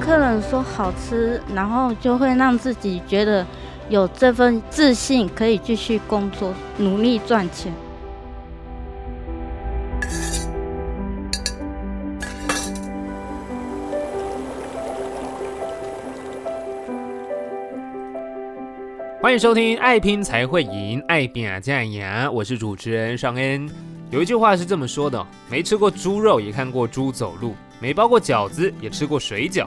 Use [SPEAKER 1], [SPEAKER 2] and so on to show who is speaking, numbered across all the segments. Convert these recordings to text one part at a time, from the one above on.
[SPEAKER 1] 客人说好吃，然后就会让自己觉得有这份自信，可以继续工作，努力赚钱。
[SPEAKER 2] 欢迎收听《爱拼才会赢》，爱拼啊加牙，我是主持人尚恩。有一句话是这么说的哦：没吃过猪肉，也看过猪走路；没包过饺子，也吃过水饺。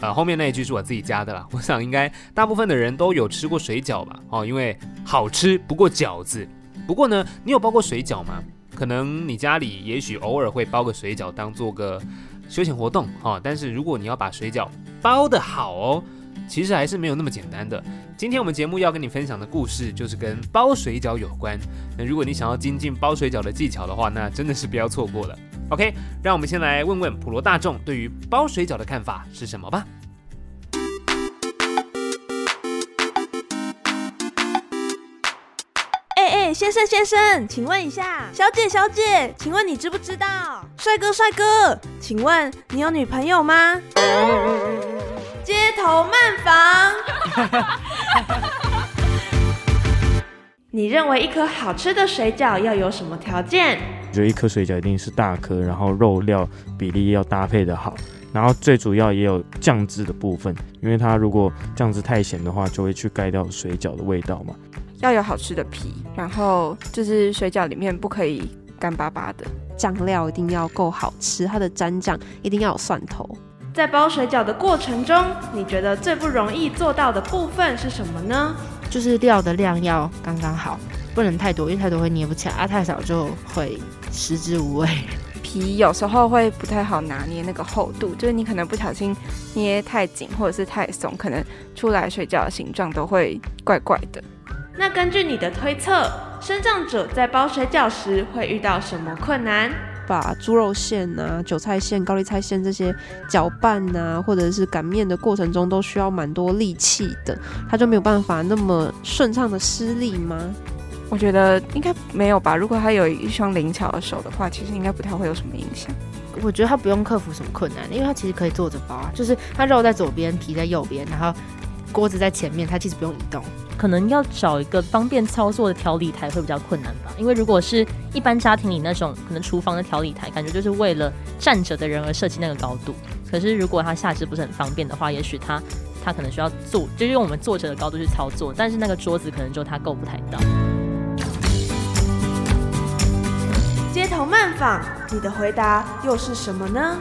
[SPEAKER 2] 呃，后面那一句是我自己加的啦。我想应该大部分的人都有吃过水饺吧？哦，因为好吃不过饺子。不过呢，你有包过水饺吗？可能你家里也许偶尔会包个水饺当做个休闲活动哈、哦。但是如果你要把水饺包的好哦，其实还是没有那么简单的。今天我们节目要跟你分享的故事就是跟包水饺有关。那如果你想要精进包水饺的技巧的话，那真的是不要错过了。OK，让我们先来问问普罗大众对于包水饺的看法是什么吧。
[SPEAKER 3] 哎哎，先生先生，请问一下，小姐小姐，请问你知不知道？帅哥帅哥，请问你有女朋友吗？街头慢房。 你认为一颗好吃的水饺要有什么条件？
[SPEAKER 4] 我觉得一颗水饺一定是大颗，然后肉料比例要搭配的好，然后最主要也有酱汁的部分，因为它如果酱汁太咸的话，就会去盖掉水饺的味道嘛。
[SPEAKER 5] 要有好吃的皮，然后就是水饺里面不可以干巴巴的。
[SPEAKER 6] 酱料一定要够好吃，它的蘸酱一定要有蒜头。
[SPEAKER 3] 在包水饺的过程中，你觉得最不容易做到的部分是什么呢？
[SPEAKER 7] 就是料的量要刚刚好，不能太多，因为太多会捏不起来，啊，太少就会食之无味。
[SPEAKER 5] 皮有时候会不太好拿捏那个厚度，就是你可能不小心捏太紧或者是太松，可能出来水饺的形状都会怪怪的。
[SPEAKER 3] 那根据你的推测，身障者在包水饺时会遇到什么困难？
[SPEAKER 6] 把猪肉馅啊、韭菜馅、高丽菜馅这些搅拌啊，或者是擀面的过程中，都需要蛮多力气的，它就没有办法那么顺畅的施力吗？
[SPEAKER 5] 我觉得应该没有吧。如果他有一双灵巧的手的话，其实应该不太会有什么影响。
[SPEAKER 7] 我觉得它不用克服什么困难，因为它其实可以坐着包啊，就是它肉在左边，皮在右边，然后锅子在前面，它其实不用移动。
[SPEAKER 8] 可能要找一个方便操作的调理台会比较困难吧，因为如果是一般家庭里那种可能厨房的调理台，感觉就是为了站着的人而设计那个高度。可是如果他下肢不是很方便的话，也许他他可能需要坐，就是用我们坐着的高度去操作，但是那个桌子可能就他够不太到。
[SPEAKER 3] 街头慢访，你的回答又是什么呢？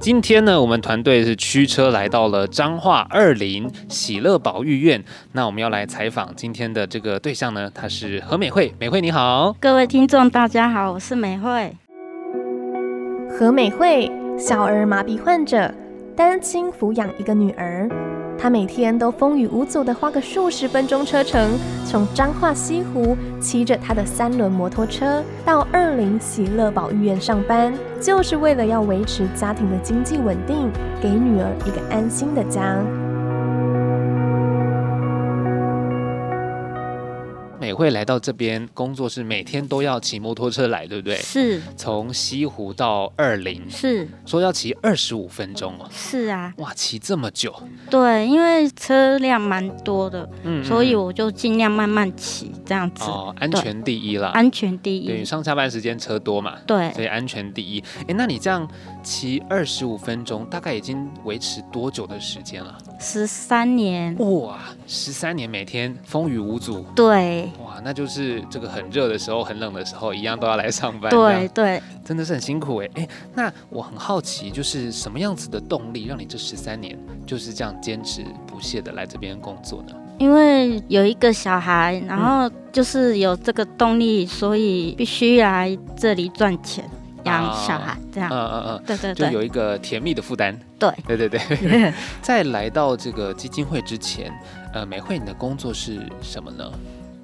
[SPEAKER 2] 今天呢，我们团队是驱车来到了彰化二林喜乐保育院。那我们要来采访今天的这个对象呢，她是何美惠。美惠你好，
[SPEAKER 1] 各位听众，大家好，我是美惠。
[SPEAKER 9] 何美惠，小儿麻痹患者，单亲抚养一个女儿。她每天都风雨无阻地花个数十分钟车程，从彰化西湖骑着她的三轮摩托车到二林喜乐保育院上班，就是为了要维持家庭的经济稳定，给女儿一个安心的家。
[SPEAKER 2] 美惠来到这边工作是每天都要骑摩托车来，对不对？
[SPEAKER 1] 是
[SPEAKER 2] 从西湖到二林，
[SPEAKER 1] 是
[SPEAKER 2] 说要骑二十五分钟哦，
[SPEAKER 1] 是啊，
[SPEAKER 2] 哇，骑这么久，
[SPEAKER 1] 对，因为车辆蛮多的，
[SPEAKER 2] 嗯
[SPEAKER 1] 所以
[SPEAKER 2] 嗯
[SPEAKER 1] 我就尽量慢慢骑，这样子、
[SPEAKER 2] 哦，安全第一啦，
[SPEAKER 1] 安全第
[SPEAKER 2] 对，
[SPEAKER 1] 一。
[SPEAKER 2] 上下班时间车多嘛，
[SPEAKER 1] 对，
[SPEAKER 2] 所以安全第一。哎，那你这样骑二十五分钟，大概已经维持多久的时间了？
[SPEAKER 1] 十三年，
[SPEAKER 2] 哇，十三年每天风雨无阻，
[SPEAKER 1] 对
[SPEAKER 2] 哇，那就是这个很热的时候、很冷的时候，一样都要来上班，这
[SPEAKER 1] 对
[SPEAKER 2] 样，
[SPEAKER 1] 对，
[SPEAKER 2] 真的是很辛苦哎。哎，那我很好奇，就是什么样子的动力让你这十三年就是这样坚持不懈的来这边工作呢？
[SPEAKER 1] 因为有一个小孩，
[SPEAKER 2] 嗯
[SPEAKER 1] 然后就是有这个动力，所以必须来这里赚钱，养小孩这样
[SPEAKER 2] 嗯。嗯嗯，
[SPEAKER 1] 对对
[SPEAKER 2] 就
[SPEAKER 1] 对
[SPEAKER 2] 有一个甜蜜的负担。
[SPEAKER 1] 对
[SPEAKER 2] 对对 对。在来到这个基金会之前，呃，美惠你的工作是什么呢？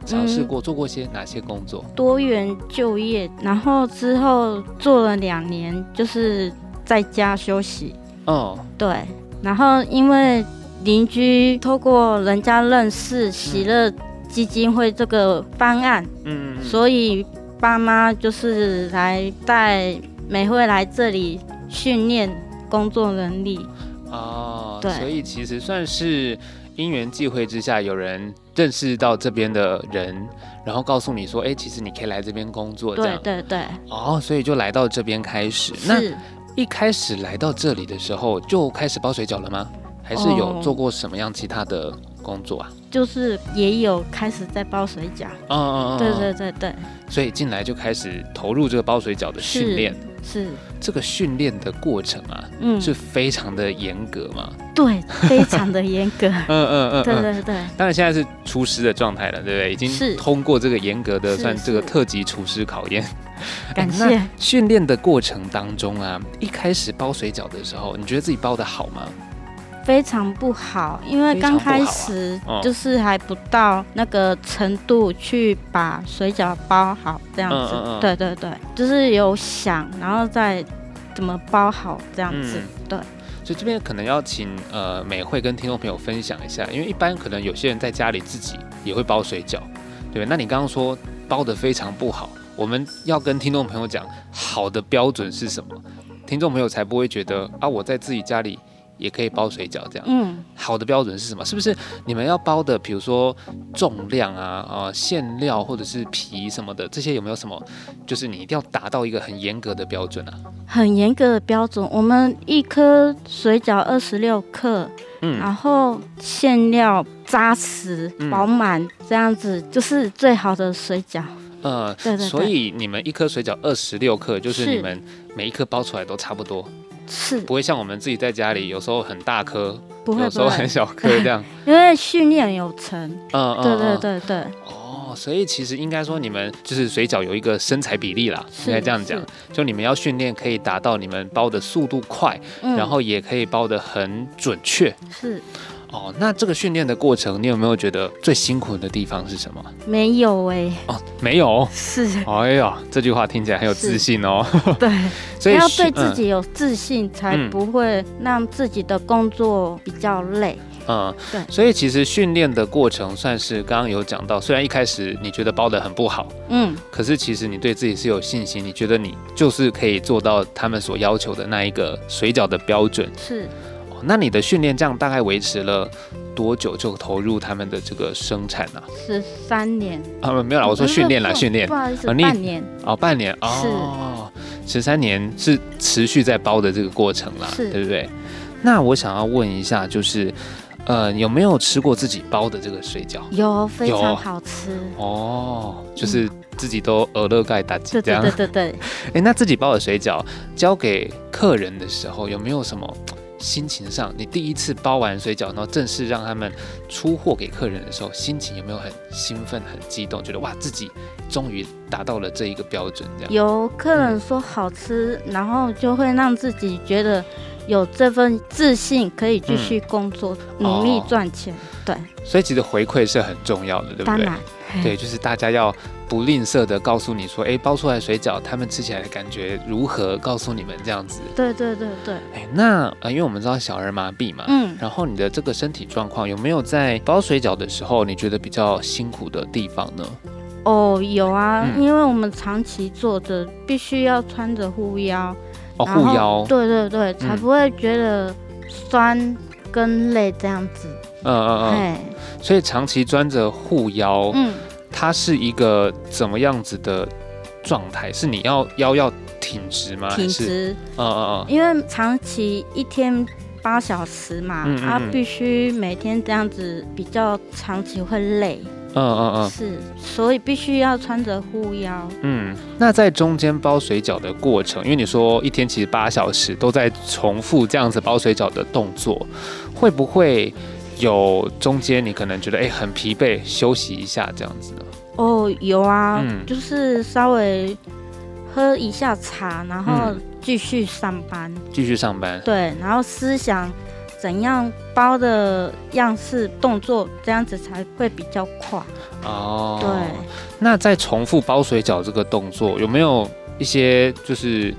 [SPEAKER 2] 尝
[SPEAKER 1] 嗯
[SPEAKER 2] 试过、做过些哪些工作？
[SPEAKER 1] 多元就业，然后之后做了两年，就是在家休息。
[SPEAKER 2] 哦，
[SPEAKER 1] 对，然后因为邻居透过人家认识喜乐基金会这个方案，
[SPEAKER 2] 嗯，嗯嗯
[SPEAKER 1] 所以爸妈就是来带美惠来这里训练工作能力。
[SPEAKER 2] 哦，
[SPEAKER 1] 对
[SPEAKER 2] 所以其实算是因缘际会之下，有人认识到这边的人，然后告诉你说，哎，其实你可以来这边工作，这
[SPEAKER 1] 对
[SPEAKER 2] 样。
[SPEAKER 1] 对对，
[SPEAKER 2] 哦，所以就来到这边开始。那
[SPEAKER 1] 是
[SPEAKER 2] 一开始来到这里的时候，就开始包水饺了吗？还是有
[SPEAKER 1] 哦
[SPEAKER 2] 做过什么样其他的工作啊？
[SPEAKER 1] 就是也有开始在包水饺。
[SPEAKER 2] 嗯嗯嗯，
[SPEAKER 1] 对
[SPEAKER 2] 嗯
[SPEAKER 1] 对。对对，
[SPEAKER 2] 所以进来就开始投入这个包水饺的训
[SPEAKER 1] 是
[SPEAKER 2] 练。
[SPEAKER 1] 是
[SPEAKER 2] 这个训练的过程啊，
[SPEAKER 1] 嗯，
[SPEAKER 2] 是非常的严格嘛？
[SPEAKER 1] 对，非常的严格。
[SPEAKER 2] 嗯嗯嗯
[SPEAKER 1] 对对 对，
[SPEAKER 2] 当然现在是厨师的状态了，对不对？已经
[SPEAKER 1] 是
[SPEAKER 2] 通过这个严格的
[SPEAKER 1] 是
[SPEAKER 2] 算这个
[SPEAKER 1] 是
[SPEAKER 2] 特级厨师考验。哎
[SPEAKER 1] 感
[SPEAKER 2] 那
[SPEAKER 1] 谢。
[SPEAKER 2] 训练的过程当中啊，一开始包水饺的时候，你觉得自己包的好吗？
[SPEAKER 1] 非常不好，因为
[SPEAKER 2] 非常
[SPEAKER 1] 刚
[SPEAKER 2] 不好啊
[SPEAKER 1] 开始
[SPEAKER 2] 哦
[SPEAKER 1] 就是还不到那个程度去把水饺包好这样子。
[SPEAKER 2] 嗯嗯嗯
[SPEAKER 1] 对对对，就是有想，然后再怎么包好这样子。
[SPEAKER 2] 嗯
[SPEAKER 1] 对，
[SPEAKER 2] 所以这边可能要请呃美惠跟听众朋友分享一下，因为一般可能有些人在家里自己也会包水饺，对不对？那你刚刚说包的非常不好，我们要跟听众朋友讲好的标准是什么，听众朋友才不会觉得啊我在自己家里也可以包水饺这样。
[SPEAKER 1] 嗯，
[SPEAKER 2] 好的标准是什么？是不是你们要包的，比如说重量啊、啊、馅料或者是皮什么的，这些有没有什么，就是你一定要达到一个很严格的标准啊？
[SPEAKER 1] 很严格的标准，我们一颗水饺二十六克，
[SPEAKER 2] 嗯，
[SPEAKER 1] 然后馅料扎实
[SPEAKER 2] 嗯
[SPEAKER 1] 饱满，这样子就是最好的水饺。
[SPEAKER 2] 呃，
[SPEAKER 1] 对对对
[SPEAKER 2] 所以你们一颗水饺二十六克，就是
[SPEAKER 1] 是
[SPEAKER 2] 你们每一颗包出来都差不多，
[SPEAKER 1] 是，
[SPEAKER 2] 不会像我们自己在家里有时候很大颗，
[SPEAKER 1] 不会
[SPEAKER 2] 有时
[SPEAKER 1] 不
[SPEAKER 2] 候很
[SPEAKER 1] 会，
[SPEAKER 2] 小颗这 样。
[SPEAKER 1] 因为训练有成。
[SPEAKER 2] 嗯嗯，
[SPEAKER 1] 对对
[SPEAKER 2] 嗯。
[SPEAKER 1] 对对。
[SPEAKER 2] 哦，所以其实应该说你们就是水饺有一个身材比例啦，
[SPEAKER 1] 是
[SPEAKER 2] 应该这样讲
[SPEAKER 1] 是，
[SPEAKER 2] 就你们要训练可以达到你们包的速度快，
[SPEAKER 1] 嗯，
[SPEAKER 2] 然后也可以包得很准确
[SPEAKER 1] 是
[SPEAKER 2] 哦。那这个训练的过程，你有没有觉得最辛苦的地方是什么？
[SPEAKER 1] 没有哎、
[SPEAKER 2] 哦，没有。
[SPEAKER 1] 是
[SPEAKER 2] 哎呀，这句话听起来很有自信哦。
[SPEAKER 1] 对，
[SPEAKER 2] 所以
[SPEAKER 1] 要
[SPEAKER 2] 是
[SPEAKER 1] 对自己有自信，才
[SPEAKER 2] 嗯
[SPEAKER 1] 不会让自己的工作比较累。
[SPEAKER 2] 嗯，
[SPEAKER 1] 对
[SPEAKER 2] 嗯所以其实训练的过程算是刚刚有讲到，虽然一开始你觉得包的很不好，
[SPEAKER 1] 嗯，
[SPEAKER 2] 可是其实你对自己是有信心，你觉得你就是可以做到他们所要求的那一个水饺的标准。
[SPEAKER 1] 是
[SPEAKER 2] 哦、那你的训练这样大概维持了多久就投入他们的这个生产呢、
[SPEAKER 1] 十三年。
[SPEAKER 2] 啊？啊，没有啦，我说
[SPEAKER 1] 不是
[SPEAKER 2] 训练啦，
[SPEAKER 1] 不
[SPEAKER 2] 训练
[SPEAKER 1] 不。好意思，
[SPEAKER 2] 哦你
[SPEAKER 1] 半年
[SPEAKER 2] 哦，半年哦，十三年是持续在包的这个过程啦，
[SPEAKER 1] 是
[SPEAKER 2] 对不对？那我想要问一下，就是呃，有没有吃过自己包的这个水饺？
[SPEAKER 1] 有非
[SPEAKER 2] 有
[SPEAKER 1] 常好吃。
[SPEAKER 2] 哦，就是自己都鹅乐盖打鸡
[SPEAKER 1] 嗯对
[SPEAKER 2] 这
[SPEAKER 1] 对
[SPEAKER 2] 样
[SPEAKER 1] 对。对对，
[SPEAKER 2] 哎，那自己包的水饺交给客人的时候，有没有什么心情上？你第一次包完水饺，然后正式让他们出货给客人的时候，心情有没有很兴奋、很激动？觉得哇，自己终于达到了这一个标准，这样。
[SPEAKER 1] 有客人说好吃，然后就会让自己觉得有这份自信，可以继续工作，努力
[SPEAKER 2] 哦
[SPEAKER 1] 赚钱。对，
[SPEAKER 2] 所以其实回馈是很重要的，对不
[SPEAKER 1] 当
[SPEAKER 2] 对？
[SPEAKER 1] 然，
[SPEAKER 2] 对，就是大家要不吝啬的告诉你说，哎，包出来水饺，他们吃起来的感觉如何？告诉你们这样子。
[SPEAKER 1] 对对对对，
[SPEAKER 2] 哎，那呃，因为我们知道小儿麻痹嘛，
[SPEAKER 1] 嗯。
[SPEAKER 2] 然后你的这个身体状况有没有在包水饺的时候，你觉得比较辛苦的地方呢？
[SPEAKER 1] 哦，有啊，
[SPEAKER 2] 嗯
[SPEAKER 1] 因为我们长期坐着，必须要穿着护腰，
[SPEAKER 2] 哦，
[SPEAKER 1] 然后
[SPEAKER 2] 护腰，嗯
[SPEAKER 1] 对对对，才不会觉得酸跟累这样子。
[SPEAKER 2] 嗯嗯哦
[SPEAKER 1] 哎、
[SPEAKER 2] 嗯，所以长期钻着护腰，
[SPEAKER 1] 嗯，
[SPEAKER 2] 它是一个怎么样子的状态？是你要腰要挺直吗？
[SPEAKER 1] 挺
[SPEAKER 2] 还是，
[SPEAKER 1] 直，
[SPEAKER 2] 嗯嗯嗯，
[SPEAKER 1] 因为长期一天八小时嘛，
[SPEAKER 2] 嗯嗯
[SPEAKER 1] 啊
[SPEAKER 2] 嗯，
[SPEAKER 1] 必须每天这样子，比较长期会累，
[SPEAKER 2] 嗯嗯嗯。
[SPEAKER 1] 是，所以必须要穿着护腰。
[SPEAKER 2] 嗯，那在中间包水饺的过程，因为你说一天其实八小时都在重复这样子包水饺的动作，会不会有中间你可能觉得哎、很疲惫，休息一下这样子呢？
[SPEAKER 1] 哦，有啊，
[SPEAKER 2] 嗯
[SPEAKER 1] 就是稍微喝一下茶，然后
[SPEAKER 2] 嗯
[SPEAKER 1] 继续上班。
[SPEAKER 2] 继续上班。
[SPEAKER 1] 对，然后思想怎样包的样式、动作，这样子才会比较快。
[SPEAKER 2] 哦，
[SPEAKER 1] 对，
[SPEAKER 2] 那在重复包水饺这个动作，有没有一些就是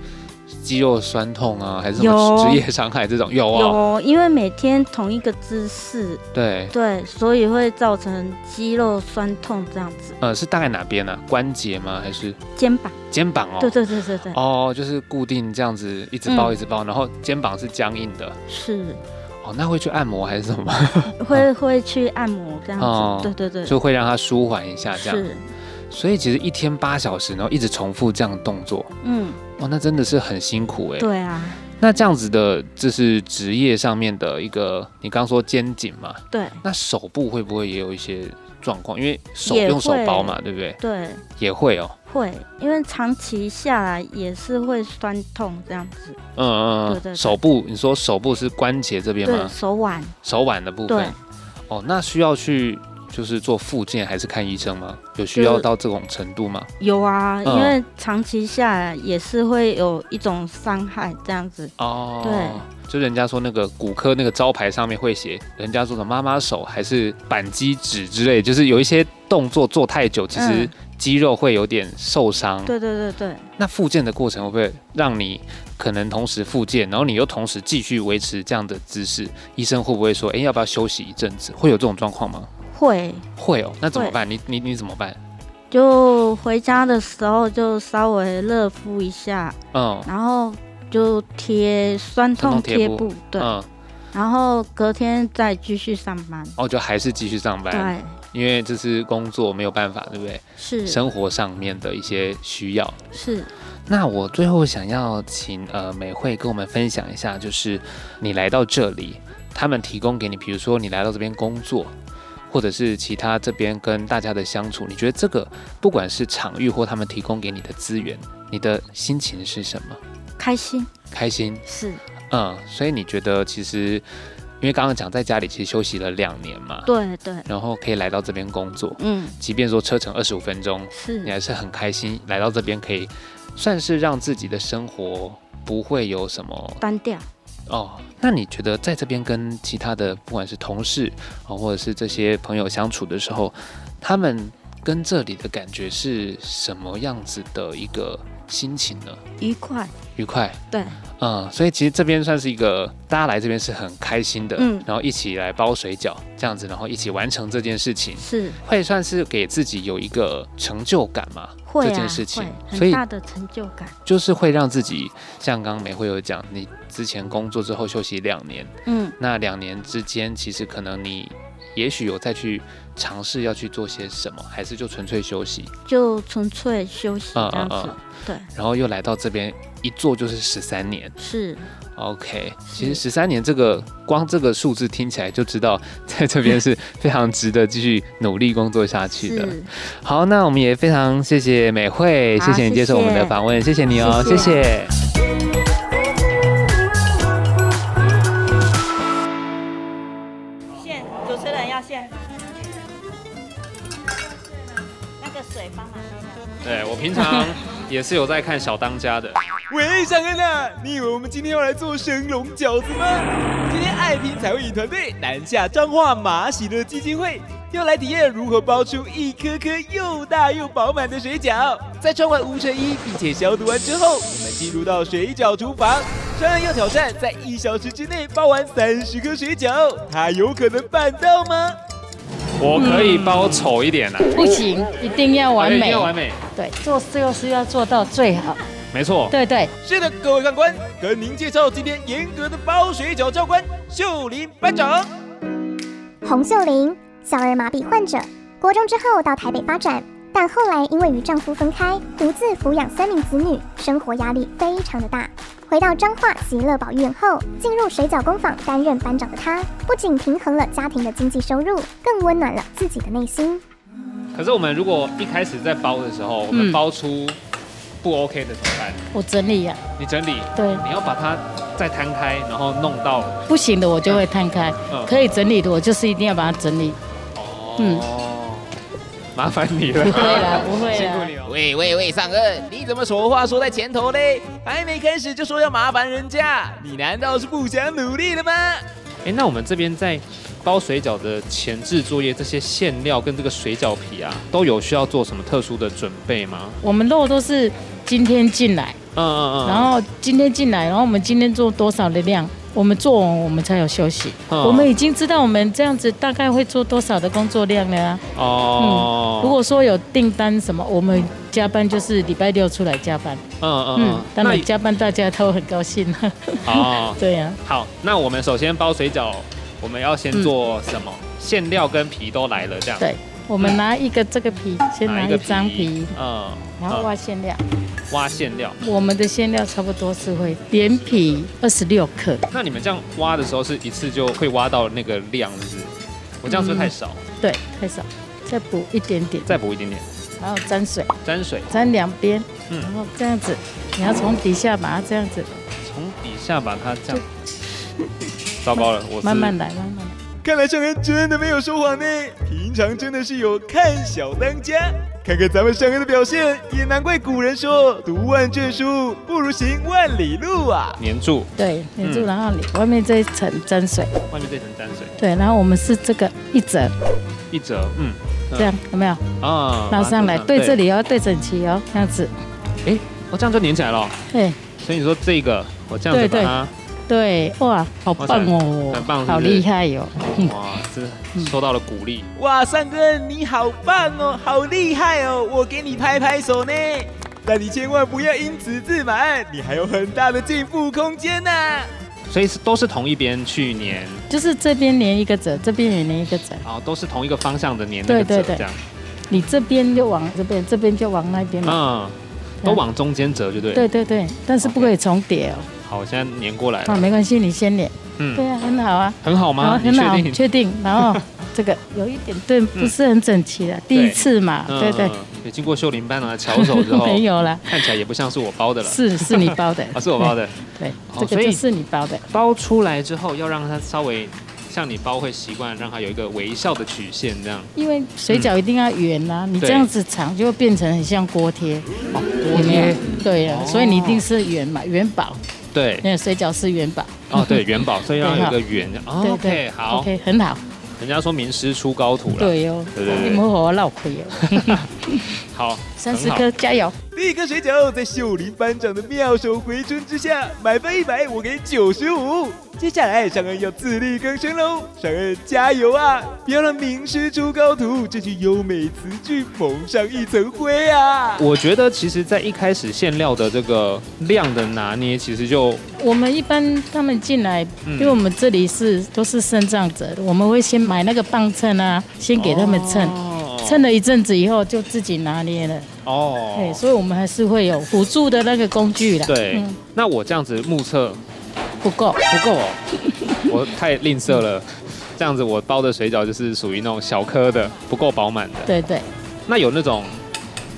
[SPEAKER 2] 肌肉酸痛啊，还是什么
[SPEAKER 1] 有
[SPEAKER 2] 职业伤害这种？有啊、
[SPEAKER 1] 有因为每天同一个姿势，
[SPEAKER 2] 对，
[SPEAKER 1] 对，所以会造成肌肉酸痛这样子，
[SPEAKER 2] 呃，是大概哪边呢、啊？关节吗？还是
[SPEAKER 1] 肩膀。
[SPEAKER 2] 肩膀哦？
[SPEAKER 1] 对对对对对，
[SPEAKER 2] 哦，就是固定这样子一直包
[SPEAKER 1] 嗯
[SPEAKER 2] 一直包，然后肩膀是僵硬的。
[SPEAKER 1] 是
[SPEAKER 2] 哦，那会去按摩还是什么吗？
[SPEAKER 1] 会会去按摩这样子。
[SPEAKER 2] 哦
[SPEAKER 1] 对对对，
[SPEAKER 2] 就会让它舒缓一下这样。
[SPEAKER 1] 嗯是，
[SPEAKER 2] 所以其实一天八小时，然后一直重复这样的动作，
[SPEAKER 1] 嗯，
[SPEAKER 2] 哇，那真的是很辛苦哎。
[SPEAKER 1] 对啊，
[SPEAKER 2] 那这样子的，就是职业上面的一个，你刚说肩颈嘛，
[SPEAKER 1] 对
[SPEAKER 2] 那手部会不会也有一些状况？因为手
[SPEAKER 1] 也
[SPEAKER 2] 用手
[SPEAKER 1] 会
[SPEAKER 2] 包嘛，对不对？
[SPEAKER 1] 对。
[SPEAKER 2] 也会哦，
[SPEAKER 1] 会，因为长期下来也是会酸痛这样子，
[SPEAKER 2] 嗯嗯，嗯
[SPEAKER 1] 对对对
[SPEAKER 2] 手部，你说手部是关节这边
[SPEAKER 1] 对
[SPEAKER 2] 吗？
[SPEAKER 1] 手腕，
[SPEAKER 2] 手腕的部
[SPEAKER 1] 对
[SPEAKER 2] 分。哦，那需要去就是做复健还是看医生吗？有需
[SPEAKER 1] 就是
[SPEAKER 2] 要到这种程度吗？
[SPEAKER 1] 有啊，因
[SPEAKER 2] 嗯
[SPEAKER 1] 为长期下来也是会有一种伤害这样子，
[SPEAKER 2] 哦，
[SPEAKER 1] 对，
[SPEAKER 2] 就人家说那个骨科那个招牌上面会写，人家说的妈妈手还是扳机指之类，就是有一些动作做太久，其实
[SPEAKER 1] 嗯
[SPEAKER 2] 肌肉会有点受伤。
[SPEAKER 1] 对对对对，
[SPEAKER 2] 那复健的过程会不会让你可能同时复健，然后你又同时继续维持这样的姿势？医生会不会说，哎、要不要休息一阵子？会有这种状况吗？
[SPEAKER 1] 会
[SPEAKER 2] 会哦，那怎么办？你你你怎么办？
[SPEAKER 1] 就回家的时候就稍微热敷一下，
[SPEAKER 2] 嗯，
[SPEAKER 1] 然后就贴酸
[SPEAKER 2] 酸
[SPEAKER 1] 痛贴
[SPEAKER 2] 布
[SPEAKER 1] 布，，对，
[SPEAKER 2] 嗯，
[SPEAKER 1] 然后隔天再继续上班，
[SPEAKER 2] 哦，就还是继续上班，
[SPEAKER 1] 对，
[SPEAKER 2] 因为这是工作没有办法，对不对？
[SPEAKER 1] 是
[SPEAKER 2] 生活上面的一些需要。
[SPEAKER 1] 是，
[SPEAKER 2] 那我最后想要请呃美惠跟我们分享一下，就是你来到这里，他们提供给你，比如说你来到这边工作，或者是其他这边跟大家的相处，你觉得这个不管是场域或他们提供给你的资源，你的心情是什么？
[SPEAKER 1] 开心
[SPEAKER 2] 开心，
[SPEAKER 1] 是
[SPEAKER 2] 嗯，所以你觉得其实，因为刚刚讲在家里其实休息了两年嘛，
[SPEAKER 1] 对对，
[SPEAKER 2] 然后可以来到这边工作，
[SPEAKER 1] 嗯
[SPEAKER 2] 即便说车程二十五分钟，你
[SPEAKER 1] 是
[SPEAKER 2] 还是很开心来到这边，可以算是让自己的生活不会有什么
[SPEAKER 1] 单调。
[SPEAKER 2] 哦。那你觉得在这边跟其他的不管是同事啊、哦，或者是这些朋友相处的时候，他们跟这里的感觉是什么样子的一个心情呢？
[SPEAKER 1] 愉快，
[SPEAKER 2] 愉快，
[SPEAKER 1] 对，
[SPEAKER 2] 嗯，所以其实这边算是一个大家来这边是很开心的，
[SPEAKER 1] 嗯
[SPEAKER 2] 然后一起来包水饺这样子，然后一起完成这件事情，
[SPEAKER 1] 是
[SPEAKER 2] 会算是给自己有一个成就感嘛？
[SPEAKER 1] 会啊，
[SPEAKER 2] 这件事情
[SPEAKER 1] 会
[SPEAKER 2] 所以
[SPEAKER 1] 很大的成就感，
[SPEAKER 2] 就是会让自己，像刚刚美惠有讲，你之前工作之后休息两年，
[SPEAKER 1] 嗯，
[SPEAKER 2] 那两年之间，其实可能你也许有再去尝试要去做些什么，还是就纯粹休息，
[SPEAKER 1] 就纯粹休息
[SPEAKER 2] 嗯
[SPEAKER 1] 这样子，
[SPEAKER 2] 嗯
[SPEAKER 1] 对，
[SPEAKER 2] 然后又来到这边一做就是十三年
[SPEAKER 1] 是
[SPEAKER 2] ，OK，其实十三年这个光这个数字听起来就知道，在这边是非常值得继续努力工作下去的。
[SPEAKER 1] 是，
[SPEAKER 2] 好，那我们也非常谢谢美惠，
[SPEAKER 1] 好
[SPEAKER 2] 谢谢你接受我们
[SPEAKER 1] 谢
[SPEAKER 2] 的
[SPEAKER 1] 谢
[SPEAKER 2] 访问，谢谢你哦，
[SPEAKER 1] 谢谢
[SPEAKER 2] 谢谢
[SPEAKER 3] 现主持人要现。那个水帮忙。
[SPEAKER 2] 对我平常也是有在看小当家的，
[SPEAKER 8] 嗯
[SPEAKER 10] 喂，尚恩啊，你以为我们今天要来做生龙饺子吗？今天爱拼才会赢团队南下彰化马喜乐基金会要来体验如何包出一颗颗又大又饱满的水饺。在穿完无尘衣并且消毒完之后，我们进入到水饺厨房。尚恩要挑战在一小时之内包完三十颗水饺，他有可能办到吗？
[SPEAKER 2] 我可以包丑一点的、啊
[SPEAKER 8] 不行，一定要完
[SPEAKER 2] 哎一定
[SPEAKER 8] 美
[SPEAKER 2] 要。完美，
[SPEAKER 8] 对，做就是要做到最好。
[SPEAKER 2] 没错。
[SPEAKER 8] 对对，
[SPEAKER 10] 是的，各位干官，跟您介绍今天严格的包水饺教官秀林班长。
[SPEAKER 11] 洪秀玲，小儿麻痹患者，国中之后到台北发展，但后来因为与丈夫分开，独自抚养三名子女，生活压力非常的大。回到彰化喜乐保育院后，进入水饺工坊担任班长的她，不仅平衡了家庭的经济收入，更温暖了自己的内心。
[SPEAKER 2] 可是我们如果一开始在包的时候，我
[SPEAKER 8] 嗯
[SPEAKER 2] 们包出不 OK 的怎么办？
[SPEAKER 8] 我整理呀、
[SPEAKER 2] 你整理，
[SPEAKER 8] 对，
[SPEAKER 2] 你要把它再摊开，然后弄到
[SPEAKER 8] 不行的我就会摊开
[SPEAKER 2] 嗯，
[SPEAKER 8] 可以整理的我就是一定要把它整理。嗯，
[SPEAKER 2] 哦麻烦你了。
[SPEAKER 10] 不会啦不
[SPEAKER 8] 啊
[SPEAKER 10] 会啦
[SPEAKER 2] 辛苦你哦。
[SPEAKER 10] 喂喂喂，尚恩，你怎么说话说在前头嘞？还没开始就说要麻烦人家，你难道是不想努力了吗？
[SPEAKER 2] 哎，那我们这边在包水饺的前置作业，这些馅料跟这个水饺皮啊，都有需要做什么特殊的准备吗？
[SPEAKER 8] 我们肉都是今天进来，
[SPEAKER 2] 嗯嗯嗯。
[SPEAKER 8] 然后今天进来，然后我们今天做多少的量，我们做完我们才有休息。
[SPEAKER 2] 嗯
[SPEAKER 8] 我们已经知道我们这样子大概会做多少的工作量了啊。
[SPEAKER 2] 哦，
[SPEAKER 8] 如果说有订单什么，我们加班就是礼拜六出来加班。
[SPEAKER 2] 嗯嗯
[SPEAKER 8] 嗯
[SPEAKER 2] 嗯，，
[SPEAKER 8] 当然加班大家都很高兴。
[SPEAKER 2] 哦
[SPEAKER 8] 对啊呀、
[SPEAKER 2] 好，那我们首先包水饺，我们要先
[SPEAKER 8] 嗯
[SPEAKER 2] 做什么？馅料跟皮都来了，这样。
[SPEAKER 8] 对，我们拿一个这个皮，先拿一张皮，，
[SPEAKER 2] 嗯，
[SPEAKER 8] 然后挖馅料。
[SPEAKER 2] 挖馅料。
[SPEAKER 8] 我们的馅料差不多是会连皮二十六克，
[SPEAKER 2] 那你们这样挖的时候是一次就会挖到那个量，是不是？我这样是不是太少？
[SPEAKER 8] 对，太少，再补一点点，
[SPEAKER 2] 再补一点点，
[SPEAKER 8] 然后沾水，
[SPEAKER 2] 沾水，
[SPEAKER 8] 沾两边，
[SPEAKER 2] 嗯
[SPEAKER 8] 然后这样子，你要从底下把它这样子，
[SPEAKER 2] 从底下把它这样。糟糕了，我是
[SPEAKER 8] 慢慢来，慢慢来。
[SPEAKER 10] 看来上恩真的没有说谎呢，平常真的是有看小当家。看看咱们上恩的表现，也难怪古人说读万卷书不如行万里路啊。
[SPEAKER 2] 粘住，
[SPEAKER 8] 对，粘住，
[SPEAKER 2] 嗯
[SPEAKER 8] 然后里外面这一层沾水，
[SPEAKER 2] 外面这层沾水，
[SPEAKER 8] 对，然后我们是这个一折
[SPEAKER 2] 一折，嗯，嗯
[SPEAKER 8] 这样，有没有？
[SPEAKER 2] 啊，
[SPEAKER 8] 拉上来，
[SPEAKER 2] 把它
[SPEAKER 8] 对这，里哦，对整齐哦，这样子，
[SPEAKER 2] 哎，我这样就粘起来了哦。
[SPEAKER 8] 对
[SPEAKER 2] 所以你说这个，我这样子
[SPEAKER 8] 对
[SPEAKER 2] 把
[SPEAKER 8] 对
[SPEAKER 2] 它，
[SPEAKER 8] 对，哇，好棒哦，
[SPEAKER 2] 很棒是不是
[SPEAKER 8] 好厉害哦哟、
[SPEAKER 2] 哇，真的受到了鼓励。
[SPEAKER 10] 哇，上恩你好棒哦，好厉害哦，我给你拍拍手呢。但你千万不要因此自满，你还有很大的进步空间呢、
[SPEAKER 2] 所以是都是同一边去粘，
[SPEAKER 8] 就是这边连一个折，这边也连一个折，
[SPEAKER 2] 啊，都是同一个方向的粘那个
[SPEAKER 8] 对对
[SPEAKER 2] 折，
[SPEAKER 8] 对
[SPEAKER 2] 这样，
[SPEAKER 8] 你这边就往这边，这边就往那边嘛。
[SPEAKER 2] 嗯，都往中间折就对。
[SPEAKER 8] 对，对对，但是不可以重叠哦。
[SPEAKER 2] 好，我现在粘过来
[SPEAKER 8] 啊，
[SPEAKER 2] 了，
[SPEAKER 8] 没关系，你先连。
[SPEAKER 2] 嗯
[SPEAKER 8] 对啊，很好啊。
[SPEAKER 2] 很好吗？你
[SPEAKER 8] 很好，
[SPEAKER 2] 定？
[SPEAKER 8] 确定。然后这个有一点对，不是很整齐的，第一次嘛，
[SPEAKER 2] 嗯
[SPEAKER 8] 对对，
[SPEAKER 2] 也经过秀林班啊、巧手之后，
[SPEAKER 8] 没有 啦
[SPEAKER 2] 看起来也不像是我包的了，
[SPEAKER 8] 是是你包的
[SPEAKER 2] 啊，是我包的，
[SPEAKER 8] 对，
[SPEAKER 2] 哦
[SPEAKER 8] 这
[SPEAKER 2] 所
[SPEAKER 8] 个
[SPEAKER 2] 以
[SPEAKER 8] 就是你包的。
[SPEAKER 2] 包出来之后要让它稍微像你包会习惯，让它有一个微笑的曲线这样。
[SPEAKER 8] 因为水饺一定要圆啊，你
[SPEAKER 2] 对
[SPEAKER 8] 这样子长就会变成很像锅贴，锅
[SPEAKER 2] 哦贴，
[SPEAKER 8] 对呀，
[SPEAKER 2] 哦嗯
[SPEAKER 8] 所以你一定是圆嘛，元宝，
[SPEAKER 2] 对，
[SPEAKER 8] 那个水饺是元宝。
[SPEAKER 2] 哦对，元宝，所以要有一个圆。
[SPEAKER 8] 对
[SPEAKER 2] 哦 OK，
[SPEAKER 8] 对
[SPEAKER 2] 好
[SPEAKER 8] ，OK，很好，
[SPEAKER 2] 人家说名师出高徒了，
[SPEAKER 8] 对哦，
[SPEAKER 2] 对对
[SPEAKER 8] 你
[SPEAKER 2] 对，
[SPEAKER 8] 们和我闹亏哦，
[SPEAKER 2] 好，
[SPEAKER 8] 三十
[SPEAKER 2] 很好
[SPEAKER 8] 颗，加油！
[SPEAKER 10] 第一颗水饺在秀林班长的妙手回春之下，满分一百，我给九十五。接下来尚恩要自力更生喽，尚恩加油啊！不要让名师出高徒这句优美词句蒙上一层灰啊！
[SPEAKER 2] 我觉得其实，在一开始馅料的这个量的拿捏，其实就
[SPEAKER 8] 我们一般他们进来，
[SPEAKER 2] 嗯
[SPEAKER 8] 因为我们这里是都是生长者，我们会先买那个磅秤啊，先给他们称，
[SPEAKER 2] 哦
[SPEAKER 8] 称了一阵子以后就自己拿捏了。对，
[SPEAKER 2] 哦，
[SPEAKER 8] 所以我们还是会有辅助的那个工具啦。
[SPEAKER 2] 对
[SPEAKER 8] 嗯，
[SPEAKER 2] 那我这样子目测
[SPEAKER 8] 不够，
[SPEAKER 2] 不够哦， 我太吝啬了。这样子我包的水饺就是属于那种小颗的，不够饱满的。
[SPEAKER 8] 对对，
[SPEAKER 2] 那有那种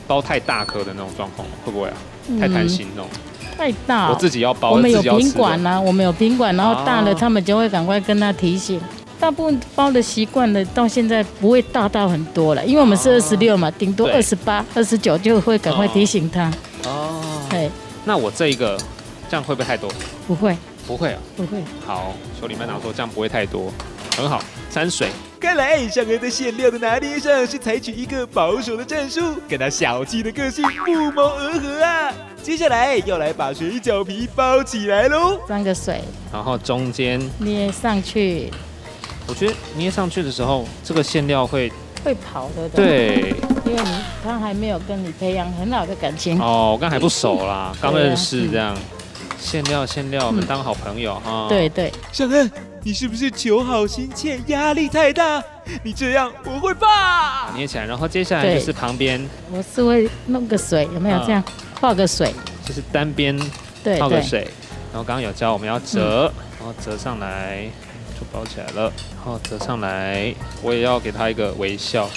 [SPEAKER 2] 包太大颗的那种状况吗会不会啊？
[SPEAKER 8] 嗯
[SPEAKER 2] 太贪心那种。
[SPEAKER 8] 太大。
[SPEAKER 2] 我自己要包，
[SPEAKER 8] 我们有
[SPEAKER 2] 自己要吃
[SPEAKER 8] 品
[SPEAKER 2] 的
[SPEAKER 8] 管啦、我们有品管，然后大了
[SPEAKER 2] 哦
[SPEAKER 8] 他们就会赶快跟他提醒。大部分包的习惯了，到现在不会大到很多了，因为我们是二十六嘛，顶多
[SPEAKER 2] 啊对啊
[SPEAKER 8] 二十八、二十九就会赶快提醒他。
[SPEAKER 2] 哦，
[SPEAKER 8] 哎，
[SPEAKER 2] 那我这一个这样会不会太多？
[SPEAKER 8] 不会，
[SPEAKER 2] 不会啊。
[SPEAKER 8] 不会。
[SPEAKER 2] 好，修理班长说这样不会太多，很好。沾水，
[SPEAKER 10] 看来尚恩在馅料的拿捏上是采取一个保守的战术，跟他小气的个性不谋而合啊！接下来要来把水饺皮包起来喽。
[SPEAKER 8] 沾个水
[SPEAKER 2] 然后中间
[SPEAKER 8] 捏上去
[SPEAKER 2] 我觉得捏上去的时候，这个馅料会
[SPEAKER 8] 会跑的。
[SPEAKER 2] 对
[SPEAKER 8] 因为你他还没有跟你培养很好的感情。
[SPEAKER 2] 哦，我刚还不熟啦，刚认识
[SPEAKER 8] 嗯
[SPEAKER 2] 这样。馅料馅料，我们
[SPEAKER 8] 嗯
[SPEAKER 2] 当好朋友哈。
[SPEAKER 8] 对，对，
[SPEAKER 10] 尚恩，你是不是求好心切，压力太大？你这样我会怕。
[SPEAKER 2] 捏起来，然后接下来
[SPEAKER 8] 对
[SPEAKER 2] 就是旁边
[SPEAKER 8] 我是会弄个水，有没有
[SPEAKER 2] 嗯
[SPEAKER 8] 这样泡个水？
[SPEAKER 2] 就是单边
[SPEAKER 8] 对
[SPEAKER 2] 泡个
[SPEAKER 8] 对嗯
[SPEAKER 2] 水，然后刚刚有教我们要折，然后折上来就包起来了，然后折上来，我也要给它一个微笑。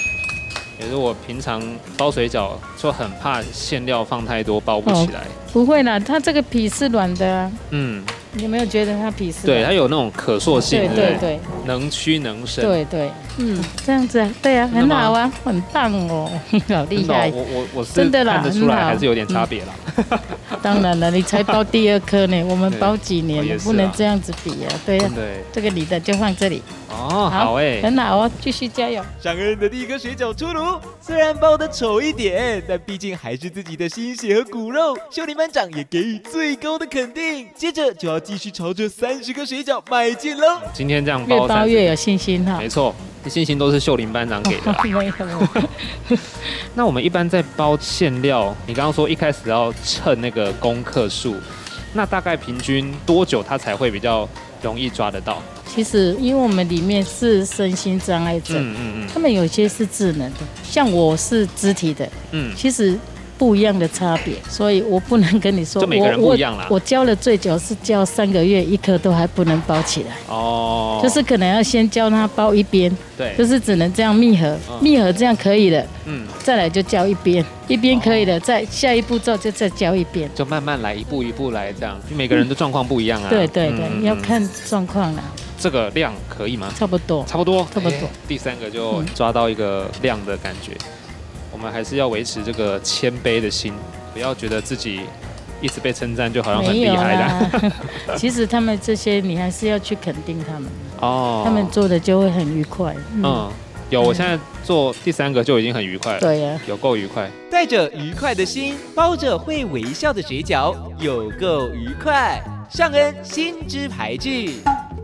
[SPEAKER 2] 也是我平常包水饺就很怕馅料放太多包不
[SPEAKER 8] 哦
[SPEAKER 2] 起来，
[SPEAKER 8] 不会啦，它这个皮是软的啊，
[SPEAKER 2] 嗯，
[SPEAKER 8] 你有没有觉得它皮是
[SPEAKER 2] 对，
[SPEAKER 8] 软
[SPEAKER 2] 它
[SPEAKER 8] 的？
[SPEAKER 2] 有那种可塑性，
[SPEAKER 8] 对
[SPEAKER 2] 不
[SPEAKER 8] 对对，
[SPEAKER 2] 能屈能伸。
[SPEAKER 8] 对对，嗯，这样子啊，对啊，很好啊，很棒哦， 好厉
[SPEAKER 2] 真的哦，
[SPEAKER 8] 害。
[SPEAKER 2] 我我我是
[SPEAKER 8] 真的啦
[SPEAKER 2] 看得出来
[SPEAKER 8] 很好
[SPEAKER 2] 还是有点差别啦。
[SPEAKER 8] 当然了，你才包第二颗呢， 我们包几年
[SPEAKER 2] 哦也
[SPEAKER 8] 了，
[SPEAKER 2] 是啊
[SPEAKER 8] 不能这样子比啊，对啊
[SPEAKER 2] 真的耶，
[SPEAKER 8] 这个你的就放这里。
[SPEAKER 2] 哦，好哎，
[SPEAKER 8] 很好哦，继续加油。
[SPEAKER 10] 上恩的第一颗水饺出炉，虽然包的丑一点，但毕竟还是自己的心血和骨肉，修理班长也给予最高的肯定。接着就要继续朝着三十颗水饺迈进喽。
[SPEAKER 2] 今天这样
[SPEAKER 8] 越
[SPEAKER 2] 包
[SPEAKER 8] 包
[SPEAKER 2] 才
[SPEAKER 8] 越有信心哈。
[SPEAKER 2] 没错，这信心都是秀林班长给 的啦。
[SPEAKER 8] 没有，
[SPEAKER 2] 那我们一般在包馅料，你刚刚说一开始要称那个公克数，那大概平均多久它才会比较容易抓得到？
[SPEAKER 8] 其实因为我们里面是身心障碍者，
[SPEAKER 2] 嗯嗯嗯
[SPEAKER 8] 他们有些是智能的，像我是肢体的，
[SPEAKER 2] 嗯
[SPEAKER 8] 其实不一样的差别，所以我不能跟你说，
[SPEAKER 2] 就每个人
[SPEAKER 8] 我
[SPEAKER 2] 不一样啦
[SPEAKER 8] 我我教了最久是教三个月，一颗都还不能包起来。
[SPEAKER 2] 哦，
[SPEAKER 8] 就是可能要先教他包一边，
[SPEAKER 2] 对
[SPEAKER 8] 就是只能这样密合，
[SPEAKER 2] 嗯
[SPEAKER 8] 密合这样可以了，
[SPEAKER 2] 嗯，
[SPEAKER 8] 再来就教一边，一边可以了，
[SPEAKER 2] 哦
[SPEAKER 8] 再下一步骤就再教一边，
[SPEAKER 2] 就慢慢来，一步一步来，这样每个人的状况不一样啊。
[SPEAKER 8] 对对对，
[SPEAKER 2] 嗯
[SPEAKER 8] 要看状况啦，
[SPEAKER 2] 这个量可以吗？
[SPEAKER 8] 差不多，嗯
[SPEAKER 2] 差不多，
[SPEAKER 8] 差不多
[SPEAKER 2] 哎。第三个就抓到一个量的感觉，我们还是要维持这个谦卑的心，不要觉得自己一直被称赞就好像很
[SPEAKER 8] 没
[SPEAKER 2] 厉
[SPEAKER 8] 有
[SPEAKER 2] 害
[SPEAKER 8] 啦
[SPEAKER 2] 的。，
[SPEAKER 8] 其实他们这些你还是要去肯定他们，
[SPEAKER 2] 哦，
[SPEAKER 8] 他们做的就会很愉快。嗯，
[SPEAKER 2] 嗯，有，我现在做第三个就已经很愉快了。
[SPEAKER 8] 对啊呀
[SPEAKER 2] 有够愉快。
[SPEAKER 10] 带着愉快的心，包着会微笑的水饺，有够愉快。上恩心之牌句，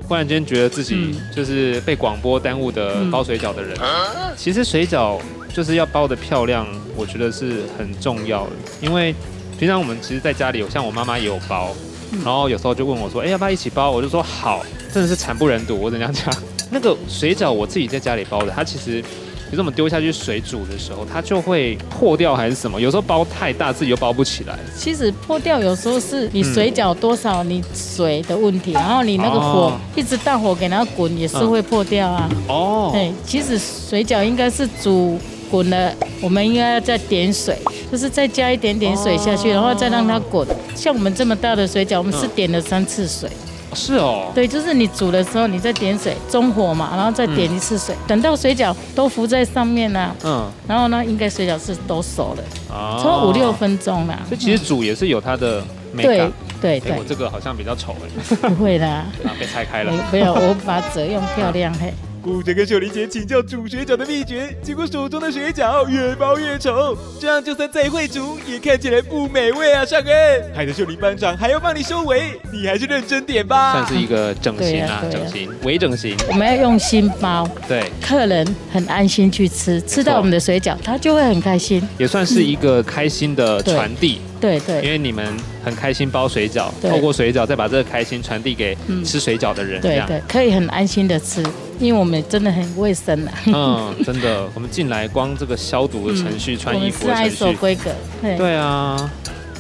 [SPEAKER 2] 忽然间觉得自己
[SPEAKER 8] 嗯
[SPEAKER 2] 就是被广播耽误的包水饺的人。
[SPEAKER 8] 嗯
[SPEAKER 2] 其实水饺就是要包的漂亮，我觉得是很重要的，因为平常我们其实在家里有，像我妈妈也有包，
[SPEAKER 8] 嗯
[SPEAKER 2] 然后有时候就问我说，哎、要不要一起包？我就说好，真的是惨不忍睹，我怎样
[SPEAKER 8] 嗯
[SPEAKER 2] 讲？那个水饺我自己在家里包的，它其实。比如说我们丢下去水煮的时候，它就会破掉还是什么？有时候包太大，自己又包不起来。
[SPEAKER 8] 其实破掉有时候是你
[SPEAKER 2] 嗯
[SPEAKER 8] 水饺多少，你水的问题，然后你那个火
[SPEAKER 2] 哦嗯
[SPEAKER 8] 一直大火给它滚也是会破掉啊。
[SPEAKER 2] 哦
[SPEAKER 8] 对，其实水饺应该是煮滚了，我们应该要再点水，就是再加一点点水下去，然后再让它滚。像我们这么大的水饺，我们是
[SPEAKER 2] 哦嗯
[SPEAKER 8] 点了三次水。
[SPEAKER 2] 是哦，
[SPEAKER 8] 对，就是你煮的时候，你再点水，中火嘛，然后再点一次水，等到水饺都浮在上面啦、
[SPEAKER 2] 嗯，
[SPEAKER 8] 然后呢，应该水饺是都熟了，
[SPEAKER 2] 哦
[SPEAKER 8] 差不多五六分钟啦。
[SPEAKER 2] 所以其实煮也是有它的美
[SPEAKER 8] 对
[SPEAKER 2] 感。
[SPEAKER 8] 对
[SPEAKER 2] 哎
[SPEAKER 8] 对
[SPEAKER 2] 我这个好像比较丑哎，
[SPEAKER 8] 嗯不会啦，
[SPEAKER 2] 啊被拆开了
[SPEAKER 8] 没。没有，我把它折用漂亮嘿。
[SPEAKER 10] 顾着跟秀玲姐请教煮水饺的秘诀，结果手中的水饺越包越丑，这样就算再会煮也看起来不美味啊！上恩，害得秀玲班长还要帮你收尾，你还是认真点吧。
[SPEAKER 2] 算是一个整形啊，
[SPEAKER 8] 对啊对啊
[SPEAKER 2] 整形、微整形。
[SPEAKER 8] 我们要用心包，
[SPEAKER 2] 对，
[SPEAKER 8] 客人很安心去吃，吃到我们的水饺，他就会很开心。
[SPEAKER 2] 也算是一个开心的传递。
[SPEAKER 8] 对对
[SPEAKER 2] 因为你们很开心包水饺，
[SPEAKER 8] 对
[SPEAKER 2] 透过水饺再把这个开心传递给
[SPEAKER 8] 嗯
[SPEAKER 2] 吃水饺的人，这
[SPEAKER 8] 对
[SPEAKER 2] 样。
[SPEAKER 8] 对，可以很安心的吃，因为我们真的很卫生啊啦。
[SPEAKER 2] 嗯，真的，我们进来光这个消毒的程序、穿
[SPEAKER 8] 嗯我
[SPEAKER 2] 衣
[SPEAKER 8] 们
[SPEAKER 2] 服
[SPEAKER 8] 是
[SPEAKER 2] 的
[SPEAKER 8] 爱守
[SPEAKER 2] 程序，
[SPEAKER 8] 规格，对
[SPEAKER 2] 对啊，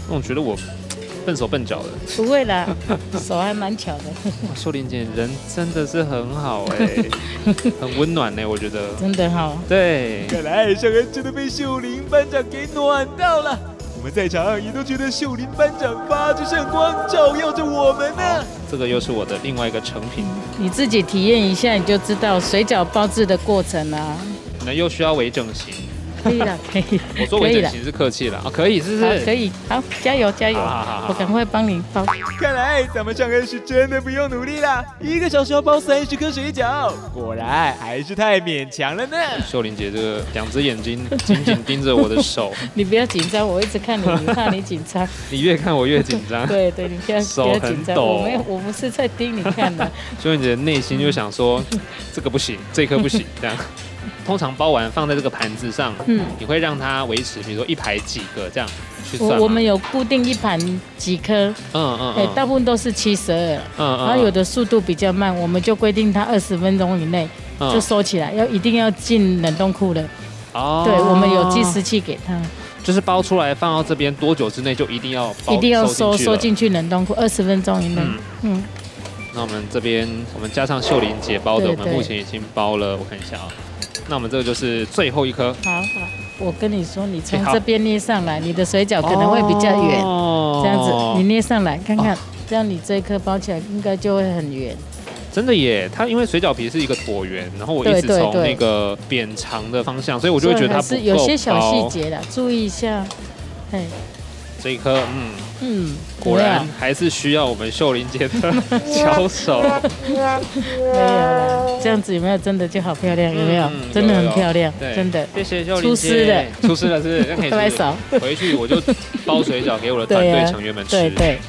[SPEAKER 2] 那我觉得我笨手笨脚的。
[SPEAKER 8] 不会啦， 手还蛮巧的，
[SPEAKER 2] 哇秀玲姐人真的是很好哎、 很温暖哎、我觉得。
[SPEAKER 8] 真的哈。
[SPEAKER 2] 对，
[SPEAKER 10] 看来上恩真的被秀玲班长给暖到了，我们在场啊也都觉得秀玲班长发着圣光，照耀着我们呢、
[SPEAKER 2] 哦这个又是我的另外一个成品，
[SPEAKER 8] 你自己体验一下，你就知道水饺包制的过程啦、
[SPEAKER 2] 那又需要微整形。
[SPEAKER 8] 可以啦，可以。
[SPEAKER 2] 我说
[SPEAKER 8] 可
[SPEAKER 2] 微
[SPEAKER 8] 以
[SPEAKER 2] 整
[SPEAKER 8] 啦，
[SPEAKER 2] 形是客气了啊，可以是不
[SPEAKER 8] 好
[SPEAKER 2] 是？
[SPEAKER 8] 可。以，好，加油加油，
[SPEAKER 2] 好好好好
[SPEAKER 8] 我赶快帮你包。
[SPEAKER 10] 看来咱们上恩是真的不用努力啦，一个小时要包三十颗水饺，果然还是太勉强了呢。
[SPEAKER 2] 秀玲姐这个两只眼睛紧紧盯着我的 手，
[SPEAKER 8] 你不要紧张，我一直看你，我怕你紧 张。
[SPEAKER 2] 你越看我越紧张。
[SPEAKER 8] 对对，你不要不
[SPEAKER 2] 手
[SPEAKER 8] 要
[SPEAKER 2] 很
[SPEAKER 8] 紧张，
[SPEAKER 2] 抖
[SPEAKER 8] 我没有，我不是在盯你看的。
[SPEAKER 2] 秀玲姐的内心就想 说，这个不行，这颗不行，这样。通常包完放在这个盘子上，
[SPEAKER 8] 嗯
[SPEAKER 2] 你会让它维持，比如说一排几个这样去算吗
[SPEAKER 8] 我我们有固定一盘几颗，
[SPEAKER 2] 嗯嗯
[SPEAKER 8] 哎、
[SPEAKER 2] 嗯，
[SPEAKER 8] 大部分都是七十二，
[SPEAKER 2] 嗯嗯
[SPEAKER 8] 然后有的速度比较慢，我们就规定它二十分钟以内
[SPEAKER 2] 嗯
[SPEAKER 8] 就收起来，要一定要进冷冻库了。
[SPEAKER 2] 哦
[SPEAKER 8] 对，我们有计时，器给他，
[SPEAKER 2] 就是包出来放到这边多久之内就一定要包
[SPEAKER 8] 一定要收
[SPEAKER 2] 收
[SPEAKER 8] 收
[SPEAKER 2] 进去了
[SPEAKER 8] 进去冷冻库，二十分钟以内。嗯，
[SPEAKER 2] 那我们这边，我们加上秀玲姐包的，
[SPEAKER 8] 对
[SPEAKER 2] 我们
[SPEAKER 8] 对
[SPEAKER 2] 目前已经包了，我看一下啊、那我们这个就是最后一颗，
[SPEAKER 8] 好好，我跟你说，你从
[SPEAKER 2] 哎好
[SPEAKER 8] 这边捏上来，你的水饺可能会比较圆，
[SPEAKER 2] 哦啊
[SPEAKER 8] 这样子你捏上来看看，这样你这一颗包起来应该就会很圆。
[SPEAKER 2] 真的耶，它因为水饺皮是一个椭圆，然后我一
[SPEAKER 8] 对
[SPEAKER 2] 直
[SPEAKER 8] 对
[SPEAKER 2] 从
[SPEAKER 8] 对
[SPEAKER 2] 那个扁长的方向，所以我就会觉得它不
[SPEAKER 8] 所以还
[SPEAKER 2] 够
[SPEAKER 8] 是有些小细
[SPEAKER 2] 薄
[SPEAKER 8] 节啦，注意一下。哎，
[SPEAKER 2] 这一颗，嗯
[SPEAKER 8] 嗯，
[SPEAKER 2] 果
[SPEAKER 8] 没
[SPEAKER 2] 然
[SPEAKER 8] 有
[SPEAKER 2] 还是需要我们秀玲姐的巧手。
[SPEAKER 8] 没有啦，这样子有没有真真的就好漂
[SPEAKER 2] 嗯
[SPEAKER 8] 亮？有没有？真的很漂亮，
[SPEAKER 2] 对
[SPEAKER 8] 真的。
[SPEAKER 2] 谢谢秀玲姐
[SPEAKER 8] 出师的，
[SPEAKER 2] 出师了是不是，那可以
[SPEAKER 8] 拍
[SPEAKER 2] 吃
[SPEAKER 8] 手。
[SPEAKER 2] 回去我就包水饺给我的团
[SPEAKER 8] 对
[SPEAKER 2] 队
[SPEAKER 8] 啊
[SPEAKER 2] 成员们吃，
[SPEAKER 8] 对对，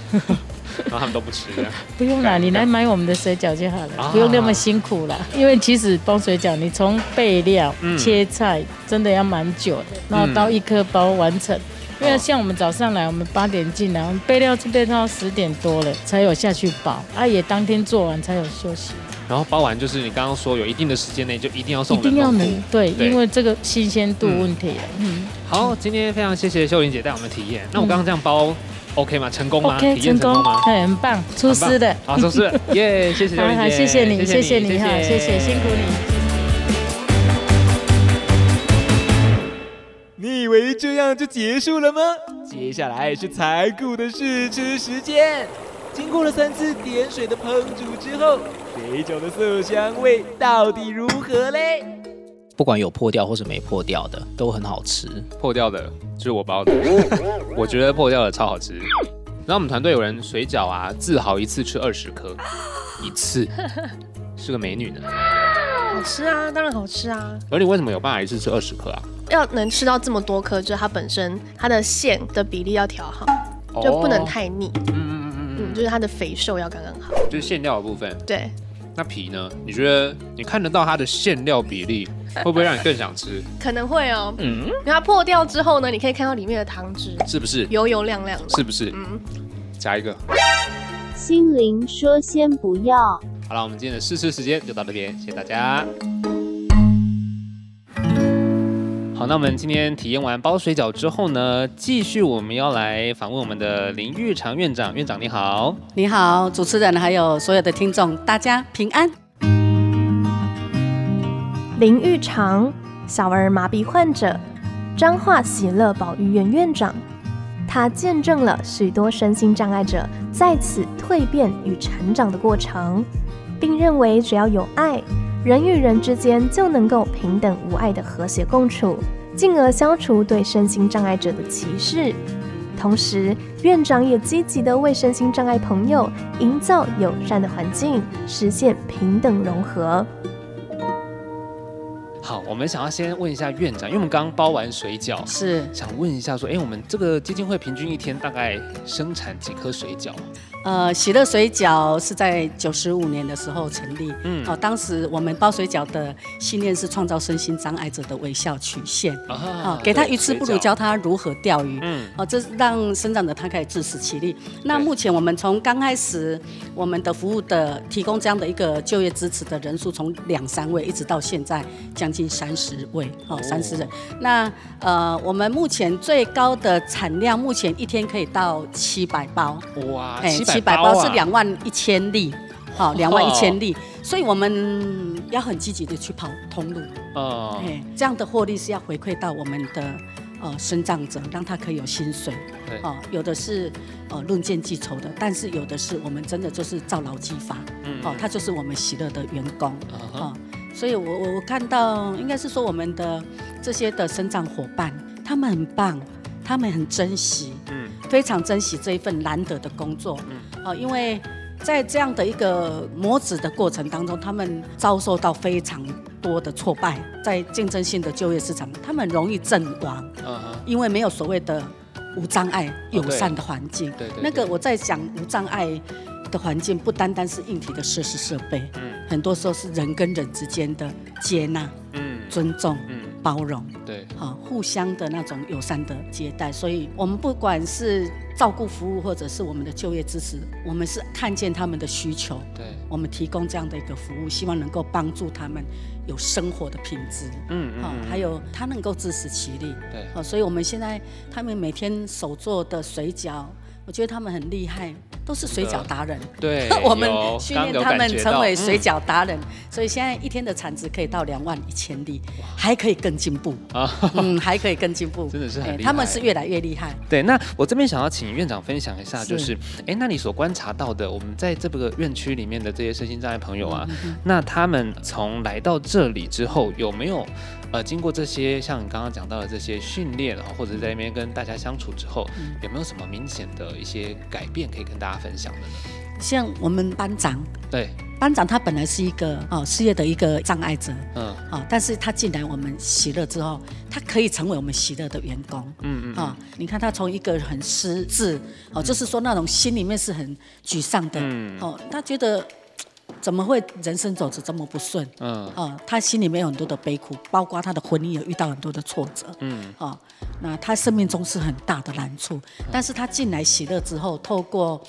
[SPEAKER 2] 然后他们都不吃，这样
[SPEAKER 8] 不用啦，你来买我们的水饺就好
[SPEAKER 2] 啊
[SPEAKER 8] 了，不用那么辛苦啦。因为其实包水饺，你从备料、
[SPEAKER 2] 嗯
[SPEAKER 8] 切菜，真的要蛮久的，然后到一颗包完
[SPEAKER 2] 嗯
[SPEAKER 8] 成。因为像我们早上来，我们八点进来，我们备料这边到十点多了才有下去包，啊也当天做完才有休息，
[SPEAKER 2] 然后包完就是你刚刚说有一定的时间内就一定要
[SPEAKER 8] 一
[SPEAKER 2] 送冷
[SPEAKER 8] 定要
[SPEAKER 2] 冻库
[SPEAKER 8] 能对，
[SPEAKER 2] 对
[SPEAKER 8] 因为这个新鲜度问题啊，嗯，
[SPEAKER 2] 好，今天非常谢谢秀玲姐带我们体验。那我刚刚这样包 OK 吗？成功吗？
[SPEAKER 8] OK，
[SPEAKER 2] 体验成
[SPEAKER 8] 成
[SPEAKER 2] 功吗？
[SPEAKER 8] 哎很棒，出
[SPEAKER 2] 很棒
[SPEAKER 8] 师的，
[SPEAKER 2] 好，出师 了，耶！谢谢秀
[SPEAKER 8] 好
[SPEAKER 2] 玲
[SPEAKER 8] 好，
[SPEAKER 2] 姐，
[SPEAKER 8] 谢谢你，谢谢你哈，谢谢，辛苦你。
[SPEAKER 10] 你以为这样就结束了吗？接下来是残酷的试吃时间。经过了三次点水的烹煮之后，水饺的色香味到底如何嘞？
[SPEAKER 12] 不管有破掉或是没破掉的，都很好吃。
[SPEAKER 2] 破掉的就是 我包的，我觉得破掉的超好吃。然后我们团队有人水饺啊，自豪一次吃二十颗，一次 是个美女呢。
[SPEAKER 6] 好吃啊，当然好吃啊。
[SPEAKER 2] 而你为什么有办法一次吃二十颗啊？
[SPEAKER 6] 要能吃到这么多颗，就是它本身它的馅的比例要调好，
[SPEAKER 2] 哦
[SPEAKER 6] 就不能太腻。嗯嗯嗯嗯，就是它的肥瘦要刚刚好。
[SPEAKER 2] 就是馅料的部分。
[SPEAKER 6] 对，
[SPEAKER 2] 那皮呢？你觉得你看得到它的馅料比例，会不会让你更想吃？
[SPEAKER 6] 可能会哦。
[SPEAKER 2] 嗯，
[SPEAKER 6] 因为它破掉之后呢，你可以看到里面的汤汁，
[SPEAKER 2] 是不是？
[SPEAKER 6] 油油亮亮的。
[SPEAKER 2] 是不是？
[SPEAKER 6] 嗯，
[SPEAKER 2] 加一个。
[SPEAKER 13] 心灵说先不要。
[SPEAKER 2] 好了，我们今天的试吃时间就到这边，谢谢大家。好，那我们今天体验完包水饺之后呢，继续我们要来访问我们的林玉长院长。院长你好，
[SPEAKER 9] 你好，主持人还有所有的听众，大家平安。
[SPEAKER 14] 林玉长，小儿麻痹患者，彰化喜乐保育院院长。他见证了许多身心障碍者在此蜕变与成长的过程，并认为只要有爱，人与人之间就能够平等无碍的和谐共处，进而消除对身心障碍者的歧视。同时，院长也积极地为身心障碍朋友营造友善的环
[SPEAKER 2] 嗯
[SPEAKER 14] 境，实现平等融合。
[SPEAKER 2] 好，我们想要先问一下院长，因为我们刚包完水饺，
[SPEAKER 9] 是
[SPEAKER 2] 想问一下说，哎、我们这个基金会平均一天大概生产几颗水饺？
[SPEAKER 9] 呃，喜乐水饺是在九十五年的时候成立，
[SPEAKER 2] 嗯
[SPEAKER 9] 嗯，哦，当时我们包水饺的信念是创造身心障碍者的微笑曲线，
[SPEAKER 2] 啊
[SPEAKER 9] 哦，给他
[SPEAKER 2] 对
[SPEAKER 9] 鱼吃
[SPEAKER 2] 水
[SPEAKER 9] 不如
[SPEAKER 2] 饺
[SPEAKER 9] 教他如何钓鱼，
[SPEAKER 2] 嗯
[SPEAKER 9] 哦，这让生长者他可以自食其力。那目前我们从刚开始我们的服务的提供这样的一个就业支持的人数，从两三位一直到现在将近三十位，哦
[SPEAKER 15] 哦，
[SPEAKER 9] 三十人。那呃，我们目前最高的产量，目前一天可以到七百包。
[SPEAKER 2] 哇，
[SPEAKER 9] 哎，
[SPEAKER 2] 700
[SPEAKER 9] 七百
[SPEAKER 2] 包
[SPEAKER 9] 包
[SPEAKER 2] 啊
[SPEAKER 9] 是两万一千粒，好，两万一 千粒，所以我们要很积极的去跑通路，
[SPEAKER 2] 哦
[SPEAKER 9] 哎，这样的获利是要回馈到我们的呃生长者，让他可以有薪水
[SPEAKER 2] 对，
[SPEAKER 9] 哦，有的是呃论件计酬的，但是有的是我们真的就是照劳基法
[SPEAKER 2] 嗯，
[SPEAKER 9] 哦
[SPEAKER 2] 嗯，
[SPEAKER 9] 他就是我们喜乐的员工，
[SPEAKER 2] 哼
[SPEAKER 9] 哦，所以我我我看到应该是说我们的这些的生长伙伴，他们很棒，他们很珍惜，
[SPEAKER 2] 嗯，
[SPEAKER 9] 非常珍惜这一份难得的工作，嗯，哦，因为在这样的一个磨子的过程当中，他们遭受到非常多的挫败，在竞争性的就业市场，他们容易阵亡，
[SPEAKER 2] 嗯哼
[SPEAKER 9] 因为没有所谓的无障碍友善的环境。
[SPEAKER 2] 对哦对
[SPEAKER 9] 那个我在讲无障碍的环境，不单单是硬体的设施设备，
[SPEAKER 2] 嗯
[SPEAKER 9] 很多时候是人跟人之间的接纳、
[SPEAKER 2] 嗯
[SPEAKER 9] 尊重、
[SPEAKER 2] 嗯
[SPEAKER 9] 包容。
[SPEAKER 2] 对，
[SPEAKER 9] 啊，互相的那种友善的接待，所以我们不管是照顾服务，或者是我们的就业支持，我们是看见他们的需求，
[SPEAKER 2] 对，
[SPEAKER 9] 我们提供这样的一个服务，希望能够帮助他们有生活的品质，
[SPEAKER 2] 嗯嗯
[SPEAKER 9] 啊
[SPEAKER 2] 嗯，
[SPEAKER 9] 还有他能够自食其力，
[SPEAKER 2] 对嗯
[SPEAKER 9] 啊，所以我们现在他们每天手做的水饺，我觉得他们很厉害，都是水饺达人。
[SPEAKER 2] 对
[SPEAKER 9] 我们
[SPEAKER 2] 有
[SPEAKER 9] 训
[SPEAKER 2] 刚
[SPEAKER 9] 练
[SPEAKER 2] 有
[SPEAKER 9] 他
[SPEAKER 2] 感
[SPEAKER 9] 们
[SPEAKER 2] 觉
[SPEAKER 9] 成
[SPEAKER 2] 到
[SPEAKER 9] 为水
[SPEAKER 2] 嗯
[SPEAKER 9] 饺达人，所以现在一天的产值可以到两万一千粒，还可以更进步。
[SPEAKER 2] 啊，
[SPEAKER 9] 嗯，还可以更进步，
[SPEAKER 2] 真的是很
[SPEAKER 9] 哎
[SPEAKER 2] 厉害。
[SPEAKER 9] 他们是越来越厉害。
[SPEAKER 2] 对，那我这边想要请院长分享一下，就是是，哎，那你所观察到的，我们在这个院区里面的这些身心障碍朋友啊
[SPEAKER 9] 嗯嗯嗯，
[SPEAKER 2] 那他们从来到这里之后，有没有呃经过这些像你刚刚讲到的这些训练，然后或者是在那边跟大家相处之后，
[SPEAKER 9] 嗯
[SPEAKER 2] 有没有什么明显的一些改变可以跟大家分享的呢？
[SPEAKER 9] 像我们班长，
[SPEAKER 2] 对，
[SPEAKER 9] 班长他本来是一个哦失业的一个障碍者，
[SPEAKER 2] 嗯，
[SPEAKER 9] 啊，但是他进来我们喜乐之后，他可以成为我们喜乐的员工。
[SPEAKER 2] 嗯嗯
[SPEAKER 9] 啊，你看他从一个很失志，哦，就是说那种心里面是很沮丧的，
[SPEAKER 2] 嗯
[SPEAKER 9] 哦，他觉得嘖怎么会人生走得这么不顺？
[SPEAKER 2] 嗯
[SPEAKER 9] 啊，他心里面有很多的悲苦，包括他的婚姻有遇到很多的挫折。
[SPEAKER 2] 嗯
[SPEAKER 9] 哦，那他生命中是很大的难处，但是他进来喜乐之后，透过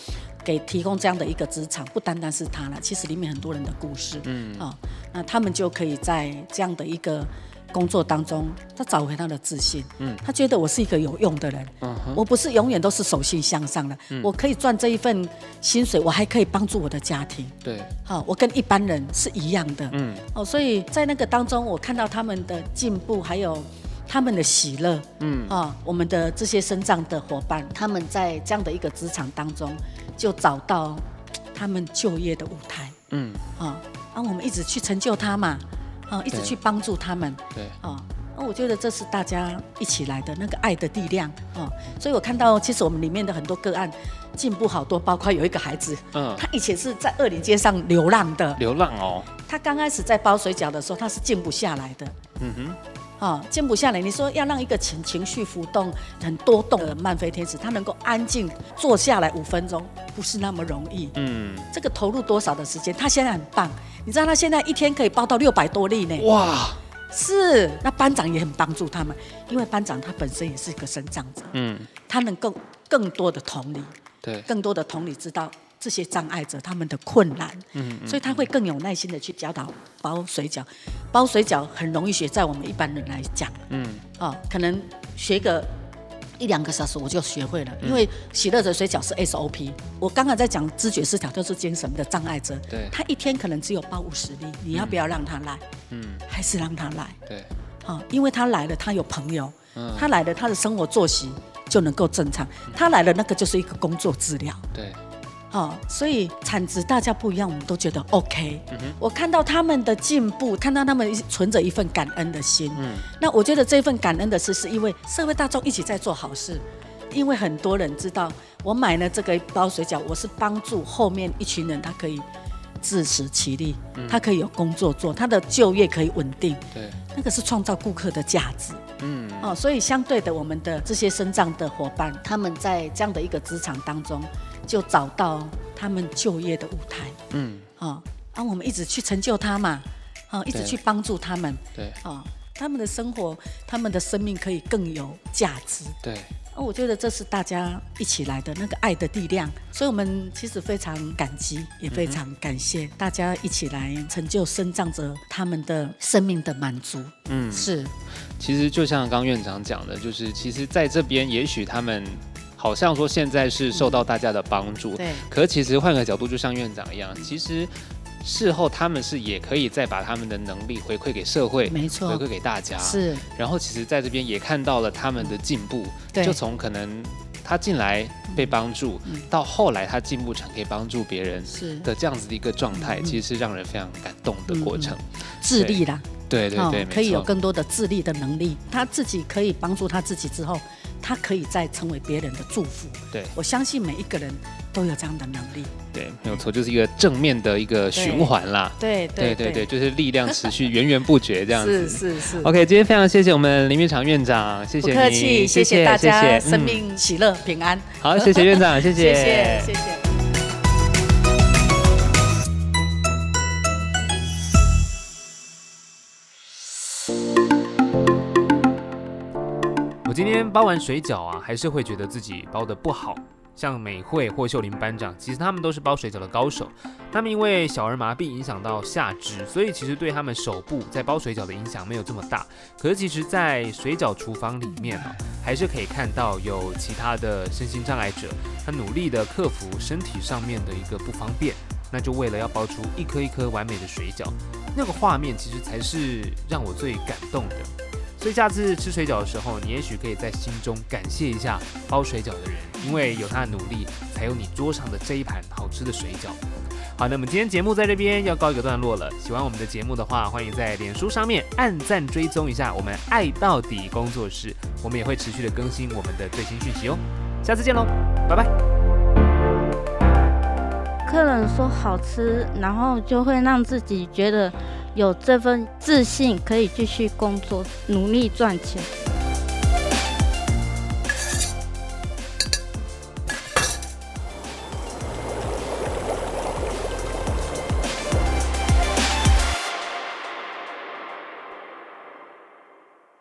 [SPEAKER 9] 给提供这样的一个职场，不单单是他了，其实里面很多人的故事，
[SPEAKER 2] 嗯
[SPEAKER 9] 啊、那他们就可以在这样的一个工作当中，他找回他的自信，
[SPEAKER 2] 嗯
[SPEAKER 9] 他觉得我是一个有用的人，
[SPEAKER 2] 嗯哼
[SPEAKER 9] 我不是永远都是手心向上的，
[SPEAKER 2] 嗯
[SPEAKER 9] 我可以赚这一份薪水，我还可以帮助我的家庭，
[SPEAKER 2] 对，
[SPEAKER 9] 好、我跟一般人是一样的，
[SPEAKER 2] 嗯
[SPEAKER 9] 哦，所以在那个当中，我看到他们的进步，还有他们的喜乐，
[SPEAKER 2] 嗯
[SPEAKER 9] 啊、我们的这些身障的伙伴，他们在这样的一个职场当中，就找到他们就业的舞台
[SPEAKER 2] 嗯，
[SPEAKER 9] 啊，啊，我们一直去成就他嘛，啊，一直
[SPEAKER 2] 对
[SPEAKER 9] 去帮助他们，
[SPEAKER 2] 对，
[SPEAKER 9] 啊。那我觉得这是大家一起来的那个爱的力量啊，所以我看到其实我们里面的很多个案进步好多，包括有一个孩子，
[SPEAKER 2] 嗯
[SPEAKER 9] 他以前是在二里街上流浪的，
[SPEAKER 2] 流浪哦，
[SPEAKER 9] 他刚开始在包水饺的时候，他是静不下来的，
[SPEAKER 2] 嗯哼，
[SPEAKER 9] 啊、静不下来。你说要让一个情情绪浮动很多动的漫飞天使，他能够安静坐下来五分钟，不是那么容易。
[SPEAKER 2] 嗯，
[SPEAKER 9] 这个投入多少的时间？他现在很棒，你知道他现在一天可以报到六百多例呢。
[SPEAKER 2] 哇！
[SPEAKER 9] 是，那班长也很帮助他们，因为班长他本身也是一个生长者，
[SPEAKER 2] 嗯，
[SPEAKER 9] 他能够更多的同理，
[SPEAKER 2] 对，
[SPEAKER 9] 更多的同理知道这些障碍者他们的困难。
[SPEAKER 2] 嗯
[SPEAKER 9] 所以他会更有耐心的去教导包水饺。包水饺很容易学，在我们一般人来讲，
[SPEAKER 2] 嗯
[SPEAKER 9] 哦，可能学个一两个小时我就学会了，
[SPEAKER 2] 嗯
[SPEAKER 9] 因为喜乐的水饺是 SOP。我刚刚在讲知觉失调，就是精神的障碍者，
[SPEAKER 2] 对
[SPEAKER 9] 他一天可能只有包五十粒，你要不要让他来？
[SPEAKER 2] 嗯，
[SPEAKER 9] 还是让他来？
[SPEAKER 2] 对，
[SPEAKER 9] 哦，因为他来了，他有朋友，
[SPEAKER 2] 嗯
[SPEAKER 9] 他来了，他的生活作息就能够正常。他来了，那个就是一个工作治疗。
[SPEAKER 2] 对，
[SPEAKER 9] 哦，所以产值大家不一样，我们都觉得 OK。
[SPEAKER 2] 嗯哼，
[SPEAKER 9] 我看到他们的进步，看到他们一存着一份感恩的心。
[SPEAKER 2] 嗯，
[SPEAKER 9] 那我觉得这份感恩的事，是因为社会大众一起在做好事，因为很多人知道我买了这个包水饺，我是帮助后面一群人，他可以自食其力，
[SPEAKER 2] 嗯
[SPEAKER 9] 他可以有工作做，他的就业可以稳定，
[SPEAKER 2] 对，
[SPEAKER 9] 那个是创造顾客的价值。
[SPEAKER 2] 嗯
[SPEAKER 9] 哦，所以相对的，我们的这些身障的伙伴，他们在这样的一个职场当中，就找到他们就业的舞台。
[SPEAKER 2] 嗯，
[SPEAKER 9] 哦，啊，我们一直去成就他嘛，哦，一直
[SPEAKER 2] 对
[SPEAKER 9] 去帮助他们，
[SPEAKER 2] 对
[SPEAKER 9] 哦，他们的生活，他们的生命可以更有价值。
[SPEAKER 2] 对，
[SPEAKER 9] 哦，我觉得这是大家一起来的那个爱的力量，所以我们其实非常感激，也非常感谢大家一起来成就生长者他们的生命的满足。
[SPEAKER 2] 嗯
[SPEAKER 9] 是，
[SPEAKER 2] 其实就像刚院长讲的，就是其实在这边，也许他们好像说现在是受到大家的帮助，
[SPEAKER 9] 对
[SPEAKER 2] 可其实换个角度，就像院长一样，其实事后他们是也可以再把他们的能力回馈给社会，
[SPEAKER 9] 没错
[SPEAKER 2] 回馈给大家。
[SPEAKER 9] 是，
[SPEAKER 2] 然后其实在这边也看到了他们的进步，
[SPEAKER 9] 对嗯
[SPEAKER 2] 就从可能他进来被帮助，到后来他进步成可以帮助别人
[SPEAKER 9] 是
[SPEAKER 2] 的这样子的一个状态，
[SPEAKER 9] 嗯嗯
[SPEAKER 2] 其实是让人非常感动的
[SPEAKER 9] 嗯
[SPEAKER 2] 过
[SPEAKER 9] 嗯
[SPEAKER 2] 程。
[SPEAKER 9] 智力啦，
[SPEAKER 2] 对对对没
[SPEAKER 9] 可以有
[SPEAKER 2] 错
[SPEAKER 9] 更多的智力的能力，他自己可以帮助他自己之后，他可以再成为别人的祝福。
[SPEAKER 2] 对
[SPEAKER 9] 我相信每一个人都有这样的能力。
[SPEAKER 2] 对，没有错，就是一个正面的一个循环啦。
[SPEAKER 9] 对
[SPEAKER 2] 对
[SPEAKER 9] 对
[SPEAKER 2] 对对，
[SPEAKER 9] 对
[SPEAKER 2] 就是力量持续源源不绝这样子。
[SPEAKER 9] 是是
[SPEAKER 2] OK，今天非常谢谢我们林院长院长，谢
[SPEAKER 9] 不
[SPEAKER 2] 谢
[SPEAKER 9] 客
[SPEAKER 2] 你
[SPEAKER 9] 气，谢
[SPEAKER 2] 谢
[SPEAKER 9] 大家，
[SPEAKER 2] 谢谢
[SPEAKER 9] 生
[SPEAKER 2] 嗯
[SPEAKER 9] 命喜乐平安。
[SPEAKER 2] 好谢谢院长谢谢
[SPEAKER 9] 谢谢谢谢。
[SPEAKER 16] 我今天包完水饺啊，还是会觉得自己包的不好，
[SPEAKER 2] 像美惠或秀玲班长，其实他们都是包水饺的高手。他们因为小儿麻痹影响到下肢，所以其实对他们手部在包水饺的影响没有这么大。可是其实，在水饺厨房里面啊，还是可以看到有其他的身心障碍者，他努力的克服身体上面的一个不方便，那就为了要包出一颗一颗完美的水饺，那个画面其实才是让我最感动的。所以下次吃水饺的时候，你也许可以在心中感谢一下包水饺的人，因为有他的努力，才有你桌上的这一盘好吃的水饺。好，那么今天节目在这边要告一个段落了。喜欢我们的节目的话，欢迎在脸书上面按赞追踪一下我们爱到底工作室，我们也会持续的更新我们的最新讯息哦。下次见喽，拜拜。
[SPEAKER 1] 客人说好吃，然后就会让自己觉得有这份自信，可以继续工作，努力赚钱。